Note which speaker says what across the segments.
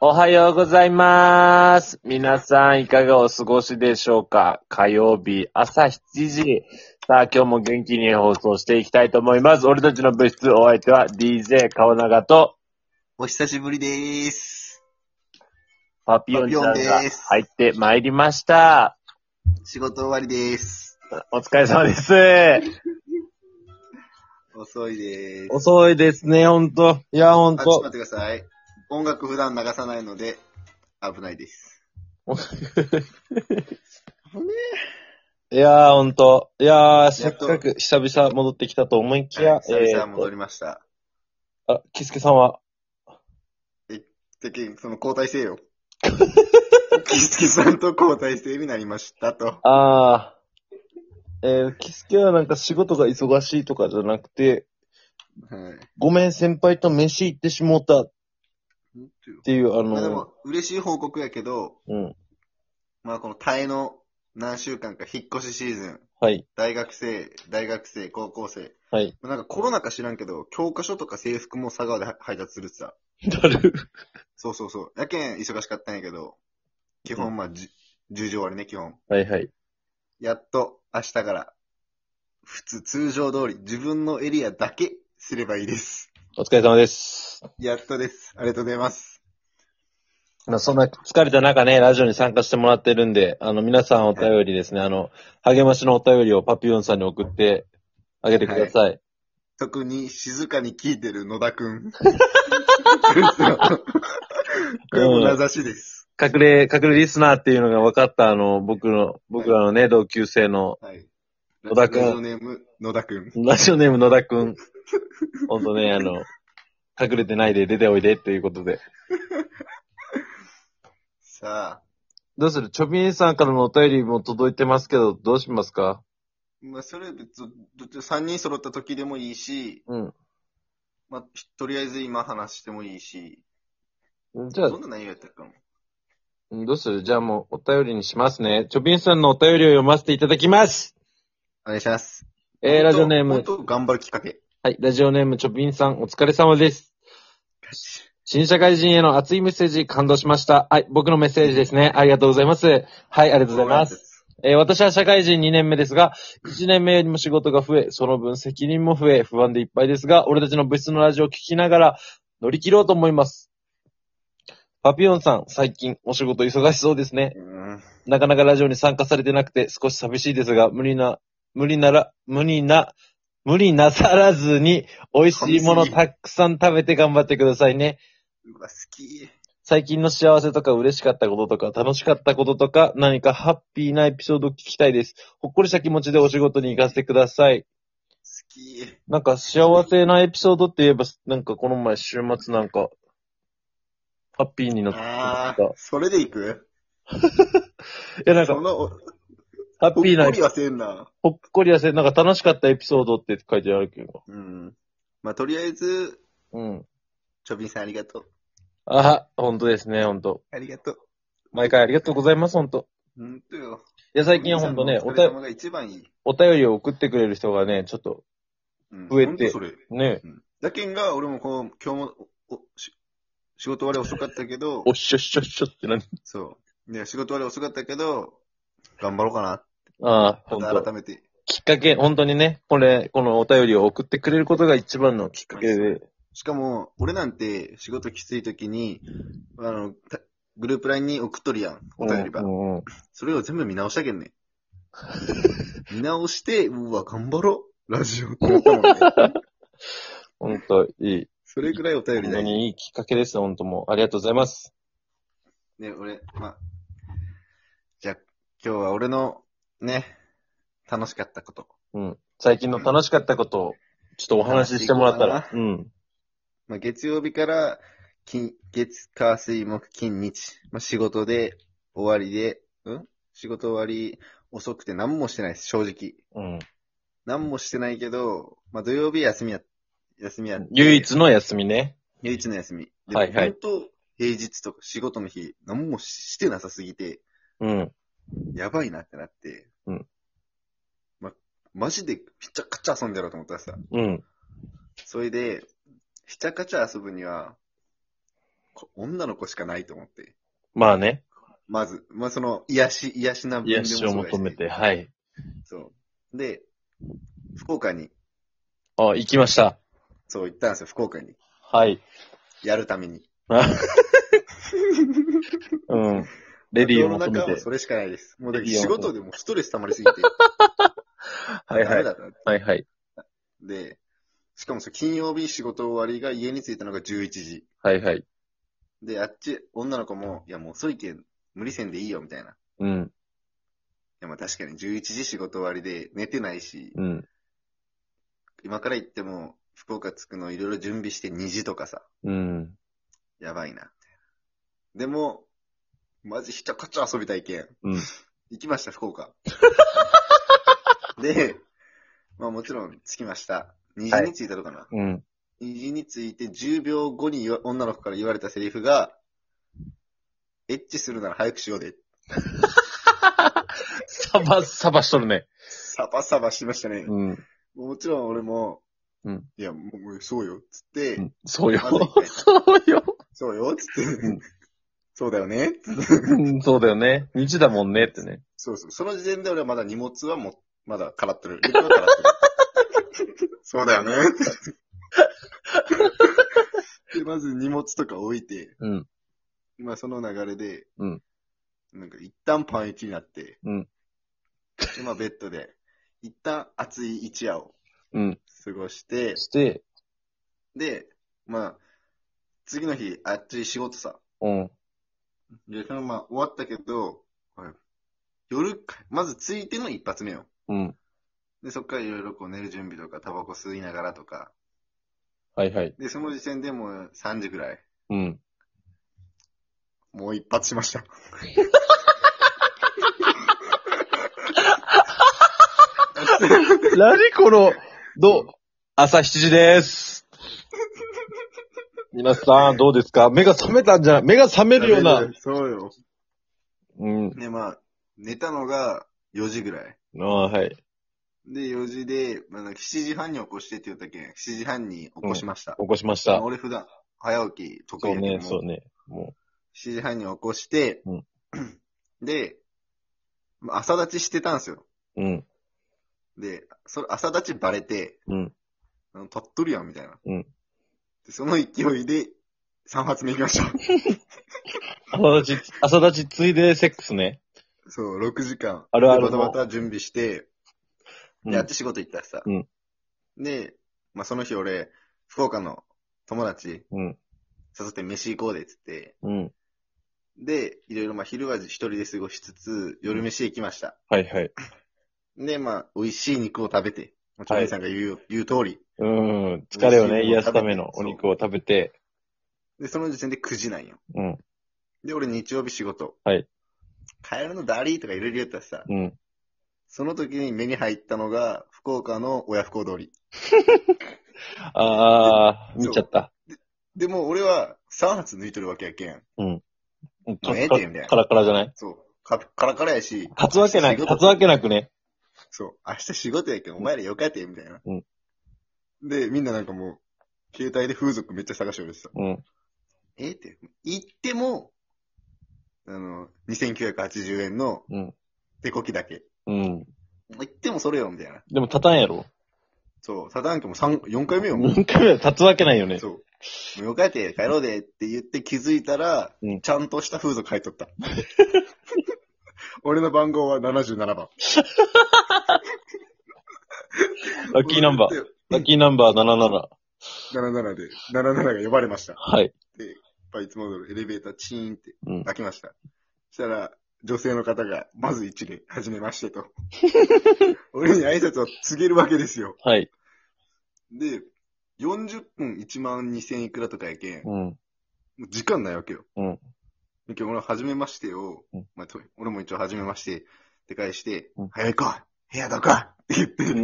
Speaker 1: おはようございます。皆さんいかがお過ごしでしょうか火曜日朝7時。さあ、今日も元気に放送していきたいと思います。俺たちの部室、お相手は DJ 顔長と
Speaker 2: お久しぶりでーす。
Speaker 1: パピオンちゃんが
Speaker 2: パピオンです
Speaker 1: 入ってまいりました。
Speaker 2: 仕事終わりでーす。
Speaker 1: お疲れ様です。
Speaker 2: 遅いでーす。
Speaker 1: 遅いですね、ほんと。いや、ほん
Speaker 2: あ、ちょっと待ってください。音楽普段流さないので、危ないです。
Speaker 1: いやー、ほんと。いやー、せ
Speaker 2: や
Speaker 1: っ
Speaker 2: っと
Speaker 1: かく久々戻ってきたと思いきや、
Speaker 2: 久々
Speaker 1: えー
Speaker 2: 戻りました。
Speaker 1: とあ、キスケさんは、
Speaker 2: てけ、その交代制よ。キスケさんと交代制になりましたと。
Speaker 1: あー、えー、キスケはなんか仕事が忙しいとかじゃなくて、
Speaker 2: はい。
Speaker 1: ごめん、先輩と飯行ってしもうたっていう、あ
Speaker 2: まあで
Speaker 1: の、
Speaker 2: も、嬉しい報告やけど、
Speaker 1: うん、
Speaker 2: まあこのタイの何週間か引っ越しシーズン、
Speaker 1: はい、
Speaker 2: 大学生、大学生、高校生。
Speaker 1: はい。
Speaker 2: なんかコロナか知らんけど、教科書とか制服も佐川で配達するってさ。
Speaker 1: だる。
Speaker 2: そうそうそう。やけん忙しかったんやけど、基
Speaker 1: う
Speaker 2: 本まあ、じ10時終わりね、基本。
Speaker 1: はいはい。
Speaker 2: やっと明日から、普通、通常通り自分のエリアだけすればいいです。
Speaker 1: お疲れ様です。
Speaker 2: やっとです。ありがとうございます。
Speaker 1: まあ、そんな疲れた中ね、ラジオに参加してもらってるんで、あの、皆さんお便りですね、あの、励ましのお便りをパピオンさんに送ってあげてください。
Speaker 2: 特に静かに聞いてる野田 くん。これも名指しです。
Speaker 1: 隠れ、隠れリスナーっていうのが分かった、あの、僕の、僕らのね、同級生の、
Speaker 2: はい。
Speaker 1: 野田くん
Speaker 2: ラジオネーム、野田くん。
Speaker 1: ラジオネーム野田くん。ほんとね、あの、隠れてないで出ておいでっていうことで。
Speaker 2: さあ、
Speaker 1: どうするチョビンさんからのお便りも届いてますけど、どうしますか
Speaker 2: まあ、それ別、どっち3人揃った時でもいいし、
Speaker 1: うん。
Speaker 2: まあ、とりあえず今話してもいいし、
Speaker 1: じゃあ
Speaker 2: ど、んな内容やったかも。
Speaker 1: どうするじゃあもうお便りにしますね。チョビンさんのお便りを読ませていただきます
Speaker 2: お願いします。
Speaker 1: えー、ラジオネーム
Speaker 2: 本。当頑張るきっかけ。
Speaker 1: はい、ラジオネームチョビンさん、お疲れ様です。新社会人への熱いメッセージ感動しました。はい、僕のメッセージですね。ありがとうございます。はい、ありがとうございます。
Speaker 2: す。
Speaker 1: えー私は社会人2年目ですが、1年目よりも仕事が増え、その分責任も増え、不安でいっぱいですが、俺たちの部室のラジオを聞きながら乗り切ろうと思います。パピヨンさん、最近お仕事忙しそうですね。
Speaker 2: うん。
Speaker 1: なかなかラジオに参加されてなくて少し寂しいですが、無理な、無理なら、無理な、無理なさらずに、美味しいものたくさん食べて頑張ってくださいね。
Speaker 2: うわ、好き。
Speaker 1: 最近の幸せとか嬉しかったこととか楽しかったこととか何かハッピーなエピソード聞きたいです。ほっこりした気持ちでお仕事に行かせてください。
Speaker 2: 好き。
Speaker 1: なんか幸せなエピソードって言えば、なんかこの前週末なんか、ハッピーになって
Speaker 2: あ
Speaker 1: た。い
Speaker 2: あ、それでいく
Speaker 1: やなん
Speaker 2: そ
Speaker 1: か、ハ
Speaker 2: の、
Speaker 1: ッ
Speaker 2: ほっこ
Speaker 1: ピーなエ
Speaker 2: り
Speaker 1: ピ、
Speaker 2: はせんな。
Speaker 1: ほっこりやせ、なんか楽しかったエピソードって書いてあるけど。
Speaker 2: うん。まあ、とりあえず、
Speaker 1: うん。
Speaker 2: チョビンさんありがとう。
Speaker 1: あ、本当ですね、本当。
Speaker 2: ありがとう。
Speaker 1: 毎回ありがとうございます、本当。
Speaker 2: ほんとよ。
Speaker 1: いや、最近は本当ね、
Speaker 2: お
Speaker 1: お
Speaker 2: 疲れ
Speaker 1: た、
Speaker 2: 様が一番いい。
Speaker 1: お便りを送ってくれる人がね、ちょっと、
Speaker 2: うん
Speaker 1: 増えて
Speaker 2: ほんとそれ。
Speaker 1: ね、
Speaker 2: うん。だけんが、俺もこう、今日も、おおし仕事終わり遅かったけど
Speaker 1: お、っしょっしょっしょってなに。
Speaker 2: そう。ね、仕事終わり遅かったけど、頑張ろうかな。
Speaker 1: ああ、本
Speaker 2: また
Speaker 1: 当。
Speaker 2: 改めて。
Speaker 1: きっかけ、本当にね、これ、このお便りを送ってくれることが一番のきっかけで。
Speaker 2: しかも、俺なんて仕事きつい時に、あの、たグループ LINE に送っとるやん、お便りば
Speaker 1: う。んうん
Speaker 2: それを全部見直したけ んね。見直して、うわ、頑張ろう、ラジオってなったもん ね。
Speaker 1: 本当、いい。
Speaker 2: それくらいお便り
Speaker 1: 本
Speaker 2: だ
Speaker 1: 当
Speaker 2: よ。
Speaker 1: にいいきっかけです、本当もう。ありがとうございます。
Speaker 2: ね、俺、まあ、じゃあ、今日は俺の、ね、楽しかったこと。
Speaker 1: うん。最近の楽しかったことを、ちょっとお話ししてもらったら
Speaker 2: 話し。て
Speaker 1: うん。
Speaker 2: まあ、月曜日から、金、月、火、水、木、金、日。まあ、仕事で、終わりで、うん仕事終わり、遅くて何もしてないです、正直。
Speaker 1: うん。
Speaker 2: 何もしてないけど、まあ、土曜日休みや、休みや。
Speaker 1: 唯一の休みね。
Speaker 2: 唯一の休み。で
Speaker 1: はいはい
Speaker 2: 本当、平日とか仕事の日、何もしてなさすぎて、
Speaker 1: うん。
Speaker 2: やばいなってなって。
Speaker 1: うん。
Speaker 2: ま、マジで、めちゃくちゃ遊んでやろうと思ったらさ。
Speaker 1: うん。
Speaker 2: それで、ひちゃかちゃ遊ぶには、こ女の子しかないと思って。
Speaker 1: まあね。
Speaker 2: まず、まあ、その、癒し、癒しな分
Speaker 1: 癒しを
Speaker 2: そうだし
Speaker 1: 求め。て、はい。
Speaker 2: そう。で、福岡に、
Speaker 1: あ、行きました。
Speaker 2: そう行ったんですよ、福岡に。
Speaker 1: はい。
Speaker 2: やるために。
Speaker 1: うん。レディーを
Speaker 2: 世の
Speaker 1: 求
Speaker 2: 中
Speaker 1: め
Speaker 2: は
Speaker 1: て。
Speaker 2: それしかないです。もうだって
Speaker 1: レディー
Speaker 2: 仕
Speaker 1: を求めて
Speaker 2: 事でもストレス溜まりすぎて。
Speaker 1: はい
Speaker 2: ダ
Speaker 1: は
Speaker 2: メ
Speaker 1: い。
Speaker 2: だったなって
Speaker 1: はいはい。
Speaker 2: で、しかもその金曜日仕事終わりが家に着いたのが11時。
Speaker 1: はいはい。
Speaker 2: で、あっち、女の子も、いやもう遅いけん、無理せんでいいよ、みたいな。い
Speaker 1: うん。
Speaker 2: やまあ確かに11時仕事終わりで寝てないし、
Speaker 1: うん。
Speaker 2: 今から行っても福岡着くのいろいろ準備して2時とかさ、
Speaker 1: うん。
Speaker 2: やばいなみたいな。でも、マジひたかちゃ遊びたいけん。
Speaker 1: うん
Speaker 2: 行きました、福岡。で、まあもちろん着きました。2時に着いたのかな、
Speaker 1: うん。
Speaker 2: ?2 時に着いて10秒後に言わ女の子から言われたセリフが、エッチするなら早くしようで。
Speaker 1: サバ、サバしとるね。
Speaker 2: サバサバしましたね。
Speaker 1: うん。
Speaker 2: もちろん俺も、
Speaker 1: うん
Speaker 2: いや、もうそうよ、つって、
Speaker 1: うんそうよ
Speaker 2: まず一。回
Speaker 1: そうよ。
Speaker 2: そうよ、つって、
Speaker 1: うん
Speaker 2: そうだよね、つって
Speaker 1: うんそうだよね。日だもんねってね。
Speaker 2: そうそう。その時点で俺はまだ荷物はもう、まだ空ってる。リュッ クは空ってるそうだよね。で、まず荷物とか置いて、
Speaker 1: うん。
Speaker 2: まあその流れで、
Speaker 1: うん
Speaker 2: なんか一旦パンイチになって、
Speaker 1: うん
Speaker 2: で、まあベッドで、一旦暑い一夜を
Speaker 1: うん。
Speaker 2: 過ごして、
Speaker 1: して、
Speaker 2: で、まあ、次の日、あっち仕事さ。
Speaker 1: うん。
Speaker 2: で、そのまあ終わったけど、はい夜か、まず着いての一発目よ。
Speaker 1: うん。
Speaker 2: で、そっからいろいろこう寝る準備とか、タバコ吸いながらとか。
Speaker 1: はいはい。
Speaker 2: で、その時点でもう3時ぐらい。
Speaker 1: うん。
Speaker 2: もう一発しました。
Speaker 1: 何この、どう、朝7時です。皆さん、どうですか目が覚めたんじゃない目が覚めるような。。
Speaker 2: そうよ。
Speaker 1: うん。
Speaker 2: で、まあ、寝たのが4時ぐらい。
Speaker 1: ああ、はい。
Speaker 2: で、4時で、まあ、なんか7時半に起こしてって言ったけん、7時半に起こしました。
Speaker 1: 起こしまし
Speaker 2: ま
Speaker 1: た
Speaker 2: あ。俺普段、早起き得
Speaker 1: そ
Speaker 2: 意
Speaker 1: う
Speaker 2: やけ
Speaker 1: ね
Speaker 2: ど、も、
Speaker 1: そうね。も
Speaker 2: 7時半に起こして、
Speaker 1: うん
Speaker 2: で、まあ朝立ちしてたんですよ。
Speaker 1: う。うん。
Speaker 2: で、それ朝立ちバレて、
Speaker 1: うん。
Speaker 2: あの、撮っとるやん、みたいな。
Speaker 1: うん
Speaker 2: で。その勢いで、3発目行きました。
Speaker 1: 朝立ち、朝立ちついでセックスね。
Speaker 2: そう、6時間。
Speaker 1: あるある
Speaker 2: でバタバタ準備して、
Speaker 1: う
Speaker 2: で、あっ
Speaker 1: ん。
Speaker 2: ち仕事行ったしさ。
Speaker 1: うん
Speaker 2: で、まあ、その日俺、福岡の友達、
Speaker 1: うん。
Speaker 2: 誘って飯行こうで、つって。
Speaker 1: うん。
Speaker 2: で、いろいろ、まあ、昼は一人で過ごしつつ、夜飯行きました。
Speaker 1: はいはい。
Speaker 2: で、まあ、美味しい肉を食べて、まあ、チョミさんが言うよ、言う通り。
Speaker 1: うん。疲れをね、
Speaker 2: 美味しいものを食べて
Speaker 1: 癒すためのお肉を食べて。
Speaker 2: で、その時点で9時なんよ。
Speaker 1: うん。
Speaker 2: で、俺日曜日仕事。
Speaker 1: はい。
Speaker 2: 帰るのダリーとかいろいろ言ったしさ。
Speaker 1: うん。
Speaker 2: その時に目に入ったのが、福岡の親不孝通り。
Speaker 1: ああ、見ちゃった。
Speaker 2: でも俺は3発抜いとるわけやけん。
Speaker 1: うん
Speaker 2: もうええてみたいな
Speaker 1: カラカラじゃない
Speaker 2: そう。かカラカラやし。
Speaker 1: 勝つわけない。
Speaker 2: 明日仕
Speaker 1: 勝
Speaker 2: 事
Speaker 1: つわけなくね。
Speaker 2: そう。明日仕事やけん、お前らよかて、みたいな。
Speaker 1: うん
Speaker 2: で、みんななんかもう、携帯で風俗めっちゃ探しておるしさ。
Speaker 1: うん。
Speaker 2: ええって。行っても、あの、2980円の
Speaker 1: うん。
Speaker 2: 手こきだけ。
Speaker 1: うん。
Speaker 2: 行ってもそれよ、みたいな。
Speaker 1: でも立たんやろ。
Speaker 2: そう。サタンクも三4回目よ、もう
Speaker 1: 何回目は立つわけないよね。
Speaker 2: そう。もうよかやて、帰ろうでって言って気づいたら、
Speaker 1: うん
Speaker 2: ちゃんとした風俗入っとった。 俺の番号は77番。
Speaker 1: ラッキーナンバー。ラッキーナンバー77。
Speaker 2: 77で、77が呼ばれました。やっ
Speaker 1: はい。
Speaker 2: ぱいつも通りエレベーターチーンって
Speaker 1: うん。
Speaker 2: 開きました。そしたら、女性の方が、まず一礼、はじめまし てと。俺に挨拶を告げるわけですよ。
Speaker 1: はい。
Speaker 2: で、40分1万2000いくらとかやけん、
Speaker 1: う ん。
Speaker 2: もう時間ないわけよ。
Speaker 1: うん
Speaker 2: で。今日俺は初めましてを、
Speaker 1: うん
Speaker 2: まあ、と俺も一応初めましてって返して、
Speaker 1: うん
Speaker 2: 早いか部屋どこって言って、
Speaker 1: 4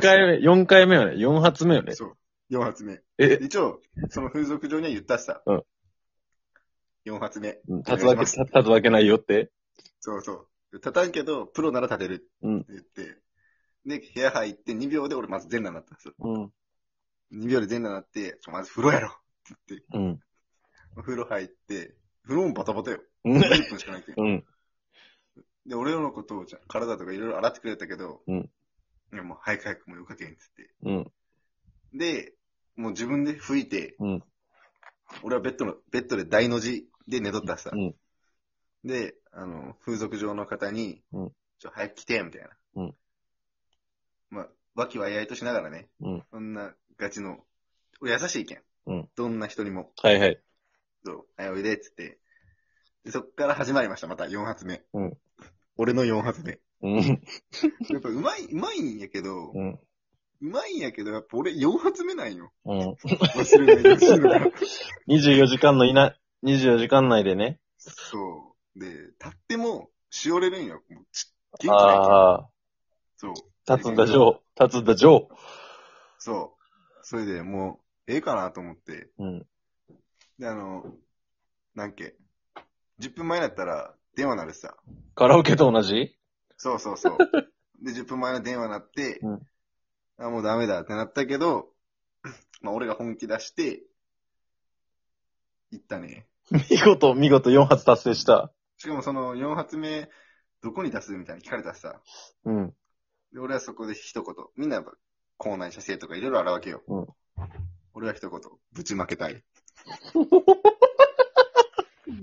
Speaker 1: 回目、4回目よね。4発目よ ね。
Speaker 2: そう。4発目。
Speaker 1: え、
Speaker 2: 一応、その風俗場には言ったしさ。
Speaker 1: うん
Speaker 2: 4発目。
Speaker 1: 立つわ
Speaker 2: お願いし
Speaker 1: け、
Speaker 2: ます
Speaker 1: 立立つわけないよって。
Speaker 2: そうそう。立たんけど、プロなら立てるって
Speaker 1: うん
Speaker 2: 言って、で、部屋入って2秒で俺まず全裸になったんですよ。
Speaker 1: うん。
Speaker 2: 2秒で全裸になって、まず風呂やろって
Speaker 1: うん。
Speaker 2: 言って、風呂入って、風呂もバタ バタよ。
Speaker 1: う
Speaker 2: 20分しかないけど。
Speaker 1: ん。
Speaker 2: で、俺らのことをじゃ体とかいろいろ洗ってくれたけど、
Speaker 1: うん
Speaker 2: いやもう早く早くもうよかけんっつって。
Speaker 1: うん。
Speaker 2: で、もう自分で拭いて、
Speaker 1: うん
Speaker 2: 俺はベッドの、ベッドで大の字で寝とったさ。
Speaker 1: うん
Speaker 2: で、あの、風俗上の方に、
Speaker 1: うん
Speaker 2: ちょ、早く来て、みたいな。
Speaker 1: うん
Speaker 2: まあ、和気わいあいとしながらね、
Speaker 1: うん
Speaker 2: そんなガチの、俺優しいけん。
Speaker 1: うん
Speaker 2: どんな人にも、
Speaker 1: はいはい。
Speaker 2: そう、はい、おいで、っつって。で、そっから始まりました、また4発目。
Speaker 1: うん
Speaker 2: 俺の4発目。
Speaker 1: うん。
Speaker 2: やっぱうまい、うまいんやけど、
Speaker 1: うん。
Speaker 2: うまいんやけど、やっぱ俺4発目なんよ。
Speaker 1: うん。
Speaker 2: 忘れないでほしいのが。
Speaker 1: 24時間のいな、24時間内でね。
Speaker 2: そう。で、立っても、しおれるんよ。もうち元気ない
Speaker 1: あ
Speaker 2: けん。そう。
Speaker 1: あ、立つんだ、ジョー。立つんだ、ジョー。
Speaker 2: そう。それでもう、ええかなと思って。
Speaker 1: うん。
Speaker 2: で、あの、なんけ、10分前だったら、電話なるさ。
Speaker 1: カラオケと同じ
Speaker 2: そうそ うそう。で、10分前の電話なって、
Speaker 1: うん
Speaker 2: あ、もうダメだってなったけど、まあ俺が本気出して、行ったね。
Speaker 1: 見事、見事4発達成した。
Speaker 2: しかもその4発目、どこに出すみたいに聞かれたらさ。
Speaker 1: うん。
Speaker 2: で、俺はそこで一言。みんなやっぱ、校内写生とかいろいろあるわけよ。
Speaker 1: うん
Speaker 2: 俺は一言。ぶちまけた い。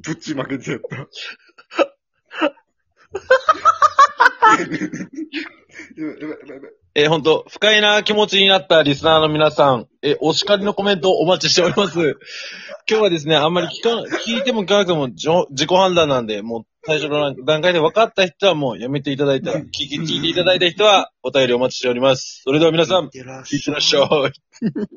Speaker 2: ぶちまけち ゃった。 やばいやばいやばい
Speaker 1: えー、ほんと、不快な気持ちになったリスナーの皆さん、えー、お叱りのコメントお待ちしております。今日はですね、あんまり聞か、聞いても聞かなくても、じょ自己判断なんで、もう最初の段階で分かった人はもうやめていただいたら、聞き、聞いていただいた人はお便りお待ちしております。それでは皆さん、
Speaker 2: いってらっ
Speaker 1: いってらっしゃい。